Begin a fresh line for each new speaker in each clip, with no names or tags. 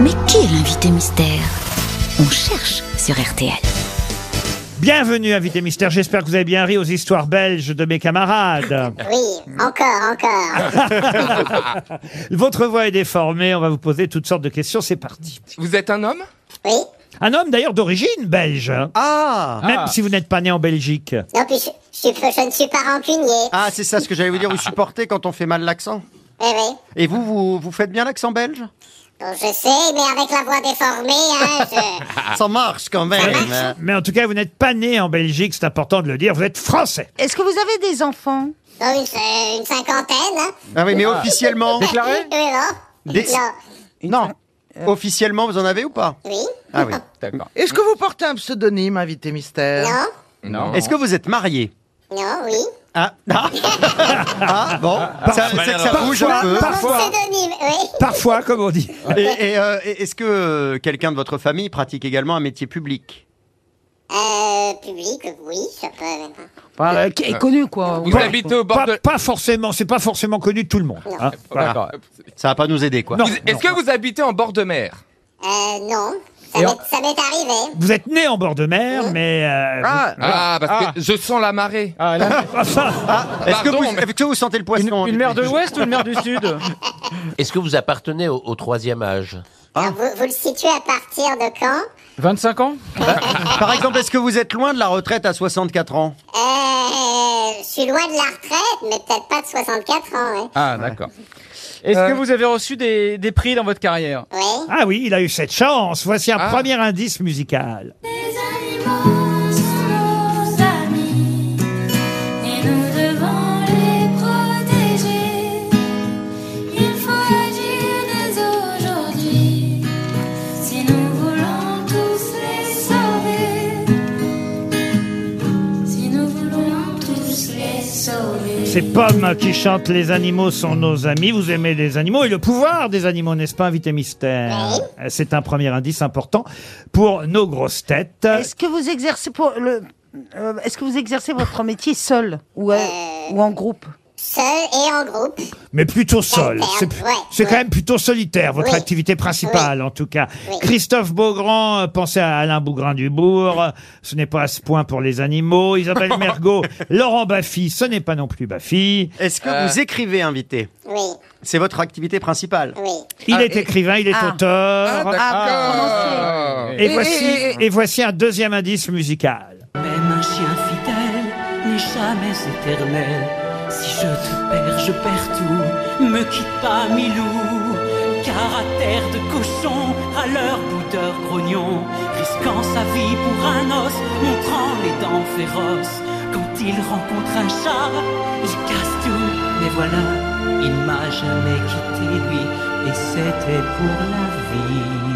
Mais qui est l'invité mystère On cherche sur RTL.
Bienvenue, invité mystère. J'espère que vous avez bien ri aux histoires belges de mes camarades.
Oui,
Hmm.
encore, encore.
Votre voix est déformée. On va vous poser toutes sortes de questions. C'est parti.
Vous êtes un homme
Oui.
Un homme d'ailleurs d'origine belge. hein.
Ah
Même si vous n'êtes pas né en Belgique.
Non, puis je, je, suis- je ne suis pas rancunier.
Ah, c'est ça ce que j'allais vous dire, vous supportez quand on fait mal l'accent.
Eh oui.
Et vous, vous, vous faites bien l'accent belge
Bon, je sais, mais avec la voix déformée, hein, je...
Ça marche quand même hein.
Mais en tout cas, vous n'êtes pas né en Belgique. C'est important de le dire. Vous êtes français.
Est-ce que vous avez des enfants
Dans une, euh, une cinquantaine, hein.
Ah oui, mais officiellement...
Oui, non.
Des-
Non.
Non Officiellement, vous en avez ou pas
Oui.
Ah oui.
D'accord.
Est-ce que vous portez un pseudonyme, invité mystère
Non.
Non.
Est-ce que vous êtes marié
Non, oui.
ah, ah. Ah, bon, ça, c'est que ça bouge un peu.
Parfois.
Mon pseudonyme, oui.
Parfois, comme on dit.
Et, et, euh, et est-ce que euh, quelqu'un de votre famille pratique également un métier public
Euh, public, oui, ça peut...
Qui est connu, quoi.
Vous habitez au bord
Pas,
de...
pas forcément. C'est pas forcément connu de tout le monde. hein. Voilà.
D'accord.
Ça va pas nous aider, quoi.
Non.
Vous- Est-ce que vous habitez en bord de mer
Euh, non. Ça m'est- ça m'est arrivé.
Vous êtes né en bord de mer, mais euh,
Ah,
Ah, parce que je sens la marée.
vous- enfin,
Est-ce que,
Pardon,
vous-
mais-
est-ce que vous sentez le poisson
Ah, Une mer de l'Ouest ou une mer du Sud
Est-ce que vous appartenez au, au troisième âge
Ah.
Alors, vous, vous le situez à partir de quand
25 ans
Par exemple, est-ce que vous êtes loin de la retraite à 64 ans
Euh, je suis loin de la retraite, mais peut-être pas de 64 ans, hein.
Ah, d'accord.
Est-ce
Euh.
que vous avez reçu des, des prix dans votre carrière
Oui.
ah oui, il a eu cette chance. Voici un
Ah.
premier indice musical.
Les animaux sont nos amis et nous devons les protéger. Il faut agir dès aujourd'hui si nous voulons tous les sauver. Si nous voulons tous les sauver.
C'est Pomme qui chante Les animaux sont nos amis. Vous aimez les animaux et le pouvoir des animaux, n'est-ce pas, invité mystère Euh, C'est un premier indice important pour nos grosses têtes. euh,
Est-ce que vous exercez pour le euh, est-ce que vous exercez votre métier seul ou, euh, ou en groupe
Seul et en groupe.
Mais plutôt seul.
Ouais,
C'est
ouais,
c'est
ouais.
quand même plutôt solitaire, votre
Oui.
activité principale, en tout cas.
Oui.
Christophe Beaugrand, euh, pensez à Alain Bougrain-Dubourg. euh, Ce n'est pas à ce point pour les animaux. Isabelle Mergot, Laurent Baffy, ce n'est pas non plus Baffy.
Est-ce que
Euh.
vous écrivez, invité
Oui,
C'est votre activité principale.
oui.
Il
Ah, bah.
est
et-
écrivain, il est
Ah.
auteur.
Ah,
et, voici, et voici un deuxième indice musical.
Même un chien fidèle n'est jamais éternel. Si je te perds, je perds tout. Me quitte pas, Milou. Caractère de cochon, à leur boudeur grognon, risquant sa vie pour un os, montrant les dents féroces. Quand il rencontre un chat, il casse tout. Mais voilà, il m'a jamais quitté lui, et c'était pour la vie.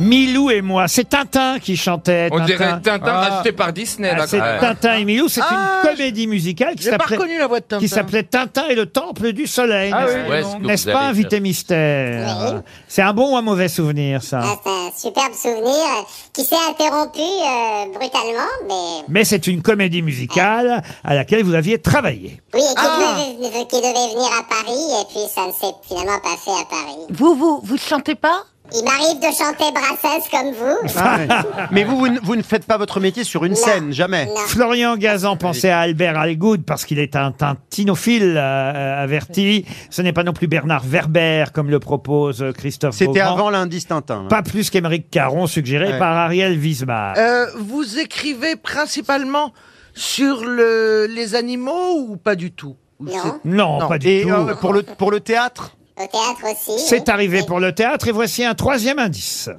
Milou et moi, c'est Tintin qui chantait.
On
Tintin.
dirait Tintin
Ah.
acheté par Disney.
Ah,
d'accord.
c'est Tintin et Milou, c'est
Ah,
une comédie musicale qui
j'ai pas
s'appelait
reconnu la voix de Tintin.
qui s'appelait Tintin et le Temple du Soleil.
Ah
n'est-ce-
Où est-ce que
N'est-ce
vous
pas,
allez
invité mystère
Oui.
C'est un bon ou un mauvais souvenir,
Ah,
ça
c'est un superbe souvenir euh, qui s'est interrompu euh, brutalement, mais
Mais c'est une comédie musicale à laquelle vous aviez travaillé.
oui, et qui,
Ah.
devait, qui devait venir à Paris, et puis ça ne s'est finalement pas fait à Paris.
Vous vous vous chantez pas
Il m'arrive de chanter Brassens comme vous.
Mais vous, vous, ne- vous ne faites pas votre métier sur une scène, jamais.
Non.
Florian Gazan pensait à Albert Algood parce qu'il est un tintinophile euh, averti. Ce n'est pas non plus Bernard Werber comme le propose euh, Christophe
C'était
Beaugrand.
avant l'indice Tintin. hein.
Pas plus qu'Émeric Caron suggéré
Ouais.
par Ariel Wiesbach.
Euh, vous écrivez principalement sur le, les animaux ou pas du tout Ou
Non,
Non,
Non.
pas du
Et
tout.
euh, oh. pour, le, pour le théâtre
au théâtre aussi.
C'est
oui.
arrivé pour le théâtre et voici un troisième indice.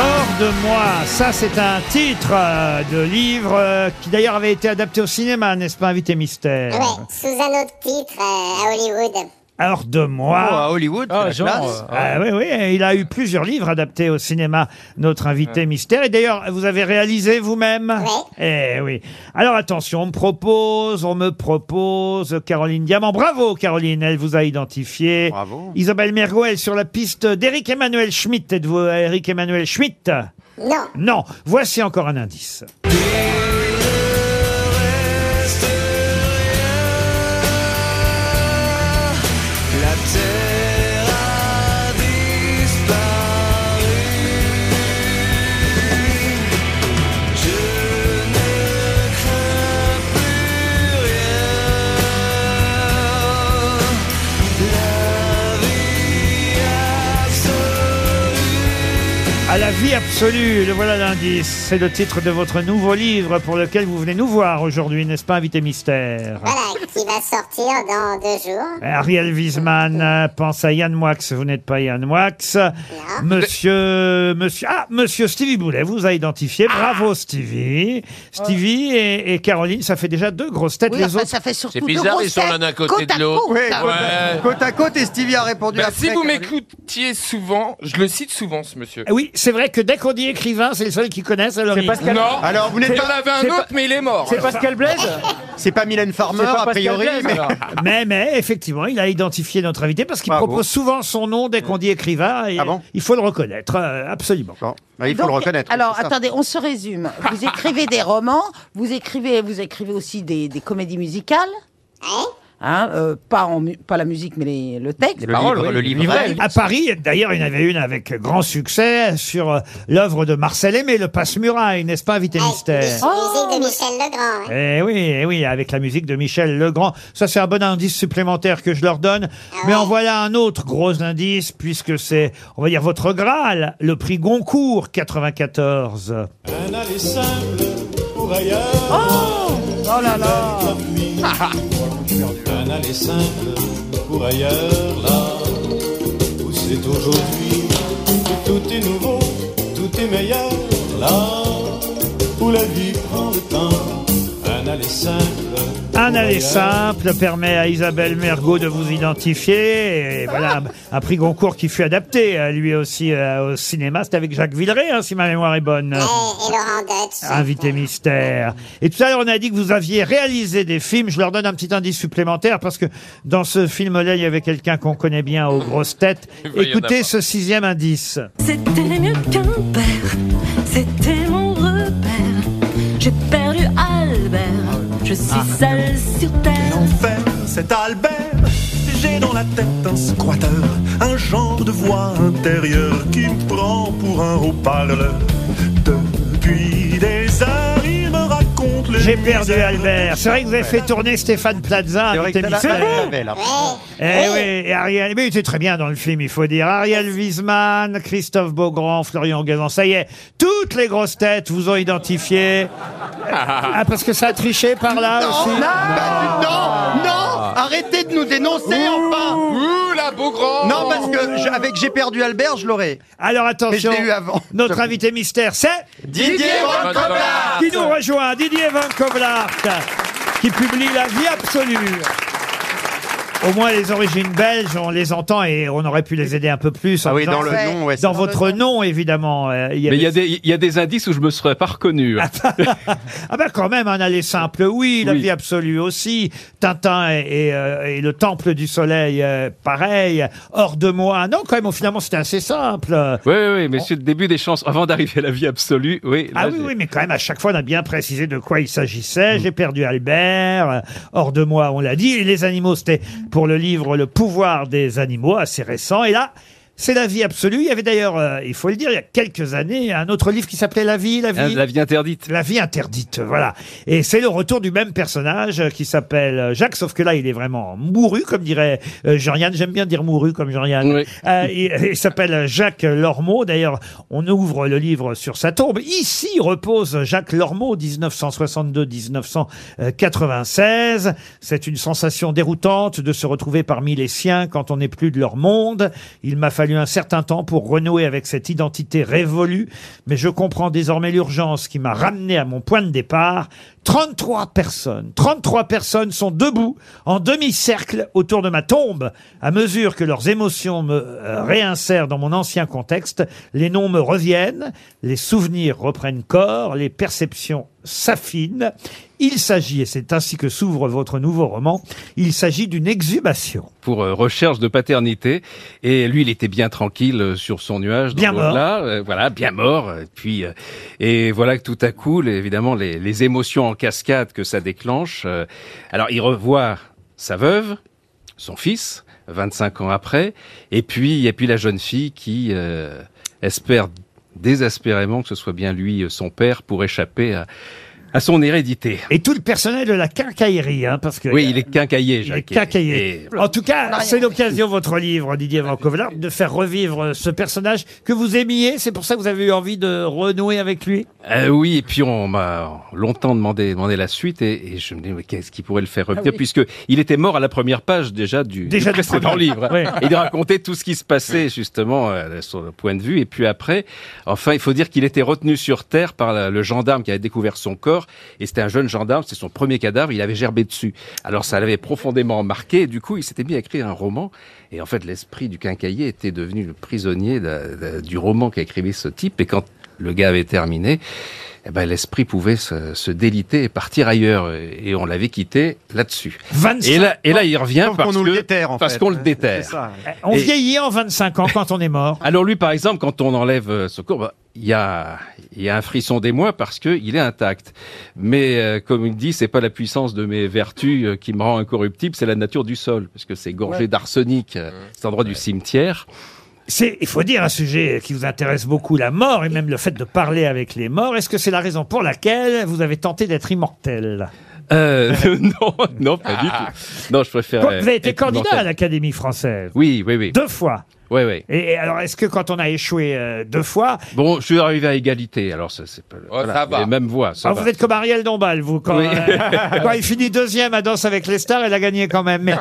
Hors de moi, ça c'est un titre euh, de livre euh, qui d'ailleurs avait été adapté au cinéma, n'est-ce pas, invité mystère
Ouais, sous un autre titre euh, à Hollywood.
hors de moi.
Oh, à Hollywood,
Ah,
c'est la
genre,
classe.
euh,
Ah, oui, oui, et il a eu plusieurs livres adaptés au cinéma, notre invité mystère. Et d'ailleurs, vous avez réalisé vous-même Eh oui. Alors attention, on me propose, on me propose, Caroline Diamant. Bravo Caroline, elle vous a identifié.
Bravo.
Isabelle Mergo, elle est sur la piste d'Éric Emmanuel Schmitt. Êtes-vous euh, Éric Emmanuel Schmitt
Non.
Non. Voici encore un indice. À la vie absolue, le voilà l'indice. C'est le titre de votre nouveau livre pour lequel vous venez nous voir aujourd'hui, n'est-ce pas, invité mystère
Voilà, qui va sortir dans deux jours.
Ariel Wiesman euh, pense à Yann Moix, vous n'êtes pas Yann Moix. Monsieur, monsieur, ah, monsieur Stevie Boulet vous a identifié.
Ah.
Bravo Stevie. Stevie et, et Caroline, ça fait déjà deux grosses têtes.
Oui,
les
enfin,
autres,
ça fait surtout
C'est bizarre,
deux
ils sont l'un d'un côté de l'autre.
Oui,
Ah,
côte, à-
Ouais.
côte à côte, et Stevie a répondu
Bah,
après,
si vous
Caroline.
m'écoutiez souvent, je le cite souvent ce monsieur.
Ah oui, c'est vrai que dès qu'on dit écrivain, c'est le seul qui connaissent. Alors
C'est
il-
Pascal-
Non,
Alors, vous
il
n'êtes
y en
pas.
avait un
c'est pas-
autre, mais il est mort.
C'est Pascal Blaise C'est
C'est pas Mylène Farmer,
pas
a
Pascal
priori.
Blaise
mais-
alors.
Mais, mais, effectivement, il a identifié notre invité parce qu'il
Bravo.
propose souvent son nom dès qu'on dit écrivain. Et
Ah bon
il faut le reconnaître, euh, absolument.
Bon, bah, il faut
Donc,
le reconnaître.
Alors,
c'est ça.
attendez, on se résume. Vous écrivez des romans, vous écrivez, vous écrivez aussi des, des comédies musicales,
Hein
hein, euh, pas, en, mu- pas la musique, mais les- le texte.
Le livre, le livre.
À Paris, d'ailleurs, il y en avait une avec grand succès sur euh, l'œuvre de Marcel Aimé, le passe-muraille, n'est-ce pas,
Ah,
Invité
Avec
Mystère
musique de Michel Legrand. hein.
eh oui, eh oui, avec la musique de Michel Legrand. Ça, c'est un bon indice supplémentaire que je leur donne. Mais en voilà un autre gros indice, puisque c'est, on va dire, votre Graal, le prix Goncourt 94.
Oh là là
Un aller simple pour ailleurs là où c'est aujourd'hui que tout est nouveau, tout est meilleur là où la vie prend le temps. Un aller simple.
Un aller
pour ailleurs.
simple permet à Isabelle Mergot de vous identifier. Et voilà, un- un prix Goncourt qui fut adapté, euh, lui aussi, euh, au cinéma. C'était avec Jacques Villeray, hein, si ma mémoire est bonne.
Et, et Laurent Deutsch.
Invité mystère. Et tout à l'heure, on a dit que vous aviez réalisé des films. Je leur donne un petit indice supplémentaire parce que dans ce film-là, il y avait quelqu'un qu'on connaît bien aux grosses têtes.
Il va y en
Écoutez
avoir.
ce sixième indice.
C'était mieux qu'un père, c'était mon repère. J'ai perdu Albert, je suis seule sur terre.
L'enfer, c'est Albert. J'ai dans la tête un squatter, un genre de voix intérieure qui me prend pour un haut-parleur. Depuis des heures, il me raconte les
J'ai perdu
misères
Albert. C'est vrai que vous avez fait tourner Stéphane Plaza.
C'est vrai que
invité
t'as la-
mystère.
t'as la belle, hein.
Eh oui, et Ariel, mais il était très bien dans le film, il faut dire. Ariel Wiesman, Christophe Beaugrand, Florian Gazan, ça y est, toutes les grosses têtes vous ont identifié. ah, parce que ça a triché par là aussi.
Bah, non, non, arrêtez de nous dénoncer enfin.
Ouh, la beau grand
Non, parce que je- avec J'ai perdu Albert, je l'aurais.
Alors attention,
Mais je l'ai eu avant.
notre invité mystère, c'est
Didier
Van
Ah.
Coblas.
qui nous rejoint, Didier Van Coblart, qui publie La vie absolue. Au moins les origines belges, on les entend et on aurait pu les aider un peu plus. en
Ah oui,
disant-
dans le nom, ouais.
dans votre nom, évidemment. euh, il y avait-
des, indices où je me serais pas reconnu. hein.
Ah ben quand même, un aller simple, oui, la
Oui.
vie absolue aussi, Tintin et, et, euh, et le Temple du Soleil, euh, pareil, hors de moi. Non, quand même, au- finalement, c'était assez simple.
Oui, oui, mais c'est le début des chances. Avant d'arriver à la vie absolue, oui.
Oh. Ah oui, oui, mais quand même, à chaque fois, on a bien précisé de quoi il s'agissait. J'ai perdu Albert, euh, hors de moi, on l'a dit. Et les animaux, c'était pour le livre Le pouvoir des animaux, assez récent. Et là, c'est la vie absolue. Il y avait d'ailleurs, euh, il faut le dire, il y a quelques années, un autre livre qui s'appelait La vie, la
Ah,
vie.
vie interdite.
La vie interdite, voilà. Et c'est le retour du même personnage euh, qui s'appelle euh, Jacques, sauf que là, il est vraiment mouru, comme dirait euh, Jean-Yann. J'aime bien dire mouru comme Jean-Yann.
Oui.
Euh, il il s'appelle Jacques Lormeau. D'ailleurs, on ouvre le livre sur sa tombe. Ici repose Jacques Lormeau, 1962-1996. C'est une sensation déroutante de se retrouver parmi les siens quand on n'est plus de leur monde. Il m'a fallu fallu un certain temps pour renouer avec cette identité révolue, mais je comprends désormais l'urgence qui m'a ramené à mon point de départ. 33 personnes, 33 personnes sont debout en demi-cercle autour de ma tombe. À mesure que leurs émotions me euh, réinsèrent dans mon ancien contexte, les noms me reviennent, les souvenirs reprennent corps, les perceptions s'affinent. Il s'agit, et c'est ainsi que s'ouvre votre nouveau roman, il s'agit d'une exhumation.
pour euh, recherche de paternité. Et lui, il était bien tranquille euh, sur son nuage.
Bien mort.
Là, voilà, bien mort. Et puis, euh, et voilà que tout à coup, les- évidemment, les, les émotions en cascade que ça déclenche. euh, alors, il revoit sa veuve, son fils, 25 ans après, et puis, et puis la jeune fille qui euh, espère désespérément que ce soit bien lui, euh, son père, pour échapper à, à son hérédité.
Et tout le personnel de la quincaillerie, hein, parce que...
Oui, il est quincaillé,
Il est
Jacques.
quincaillé.
Et-
En tout cas, c'est l'occasion, votre livre, Didier Van Cauwelaert, de faire revivre euh, ce personnage que vous aimiez. C'est pour ça que vous avez eu envie de renouer avec lui.
Euh, oui, et puis on m'a longtemps demandé, demandé la suite, et, et je me dis mais qu'est-ce qui pourrait le faire revenir,
Ah oui.
puisque il était mort à la première page déjà du,
Déjà
du
du
précédent
premier.
livre.
Oui.
Il racontait tout ce qui se passait justement euh, sur le point de vue, et puis après, enfin, il faut dire qu'il était retenu sur terre par la- le gendarme qui avait découvert son corps, et c'était un jeune gendarme, c'était son premier cadavre, il avait gerbé dessus. Alors ça l'avait profondément marqué, et du coup, il s'était mis à écrire un roman, et en fait, l'esprit du quincaillier était devenu le prisonnier de- de- du roman qu'a écrivé ce type, et quand le gars avait terminé, eh ben, l'esprit pouvait se, se déliter et partir ailleurs. Et et on l'avait quitté là-dessus.
25
Et là, et là, il
ans.
revient
Sauf qu'on
parce
nous
que-
le déterre, en
parce
fait. hein.
qu'on le
C'est
déterre.
ça,
Eh,
ouais. On
Et-
vieillit en 25 ans quand on est mort.
alors lui, par exemple, quand on enlève euh, ce corps, bah, il y a, il y a un frisson des mois parce que il est intact. Mais euh, comme il dit, c'est pas la puissance de mes vertus euh, qui me rend incorruptible, c'est la nature du sol, parce que c'est gorgé
Ouais. Mmh.
d'arsenic, euh, cet endroit du cimetière.
C'est, il faut dire, un sujet qui vous intéresse beaucoup, la mort, et même le fait de parler avec les morts. Est-ce que c'est la raison pour laquelle vous avez tenté d'être immortel
Euh, non, non, pas du tout. Non, je préfère.
Vous
euh,
avez été
être
candidat
immortel.
à l'Académie française.
Oui, oui, oui.
Deux fois.
Oui, oui.
Et alors, est-ce que quand on a échoué euh, deux fois,
Bon, je suis arrivé à égalité, alors ça, c'est pas le- voilà,
Oh, ça va.
les mêmes voix. Ça
Ah,
va.
vous êtes comme Ariel Dombal, vous. Quand,
Oui.
euh, quand il finit deuxième à Danse avec les stars, elle a gagné quand même. Mais,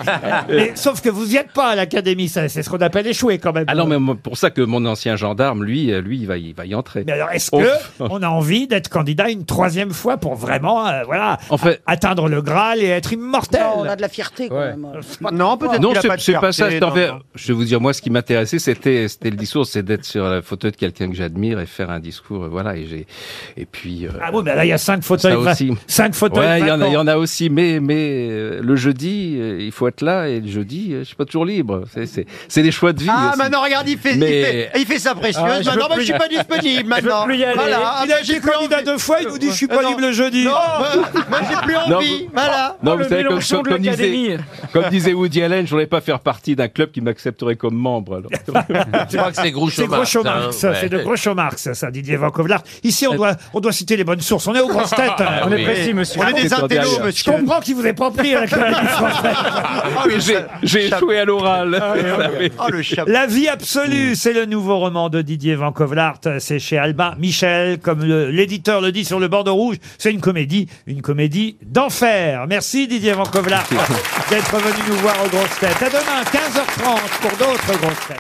mais sauf que vous n'y êtes pas à l'académie, ça, c'est ce qu'on appelle échouer quand même.
Ah non, mais moi, pour ça que mon ancien gendarme, lui, euh, lui, il va, y- il va y entrer.
Mais alors, est-ce
Oh.
que on a envie d'être candidat une troisième fois pour vraiment, euh, voilà, a- atteindre le Graal et être immortel
on a de la fierté quand même.
Eh, Non, peut-être
Non,
qu'il a
c'est
pas de
c'est pas ça.
fierté,
c'est en
non,
fait-
non.
je vais vous dire, moi, ce qui m'intéressait, c'était, c'était le discours, c'est d'être sur la fauteuil de quelqu'un que j'admire et faire un discours, euh, voilà. Et j'ai, et puis. euh,
Ah bon, mais là, il y a cinq fauteuils
ça
va-
aussi.
cinq fauteuils
Ouais, il y en a,
vacants.
il y en a aussi, mais, mais euh, le jeudi, euh, il faut être là et le jeudi, euh, je suis pas toujours libre. C'est, c'est, c'est des choix de vie.
Ah,
aussi.
maintenant, regarde, il fait, il
Mais-
fait, il fait sa précieuse.
Ah, je
maintenant, bah, je
veux plus
suis
y-
pas disponible
Je veux
maintenant.
plus y aller.
Voilà. Ah,
Il a été
candidat deux fois, il nous dit je suis pas libre le jeudi. Oh,
Non, moi, moi, j'ai plus
Non,
envie.
vous-
Voilà.
Non, vous savez, comme, comme- comme disait, comme disait Woody Allen, je voulais pas faire partie d'un club qui m'accepterait comme membre. alors.
Je crois que c'est
Groucho Marx,
Groucho
hein,
Marx,
ouais.
C'est de Groucho Marx, ça, Didier Van Cauwelaert. Ici, on doit, on doit citer les bonnes sources. On est aux grosses têtes. hein.
On est Ah Oui. précis, monsieur. On est des intellos, monsieur.
Je comprends qu'il vous ait pas pris à la Comédie Française.
Mais j'ai- J'ai échoué à l'oral. Ah,
Oh, le chapeau.
La vie absolue, c'est le nouveau roman de Didier Van Cauwelaert. C'est chez Albin Michel, comme le- l'éditeur le dit sur le bandeau rouge. C'est une comédie, une comédie d'enfer. Merci Didier Van Cauwelaert d'être venu nous voir aux grosses têtes. À demain, 15h30 pour d'autres grosses têtes.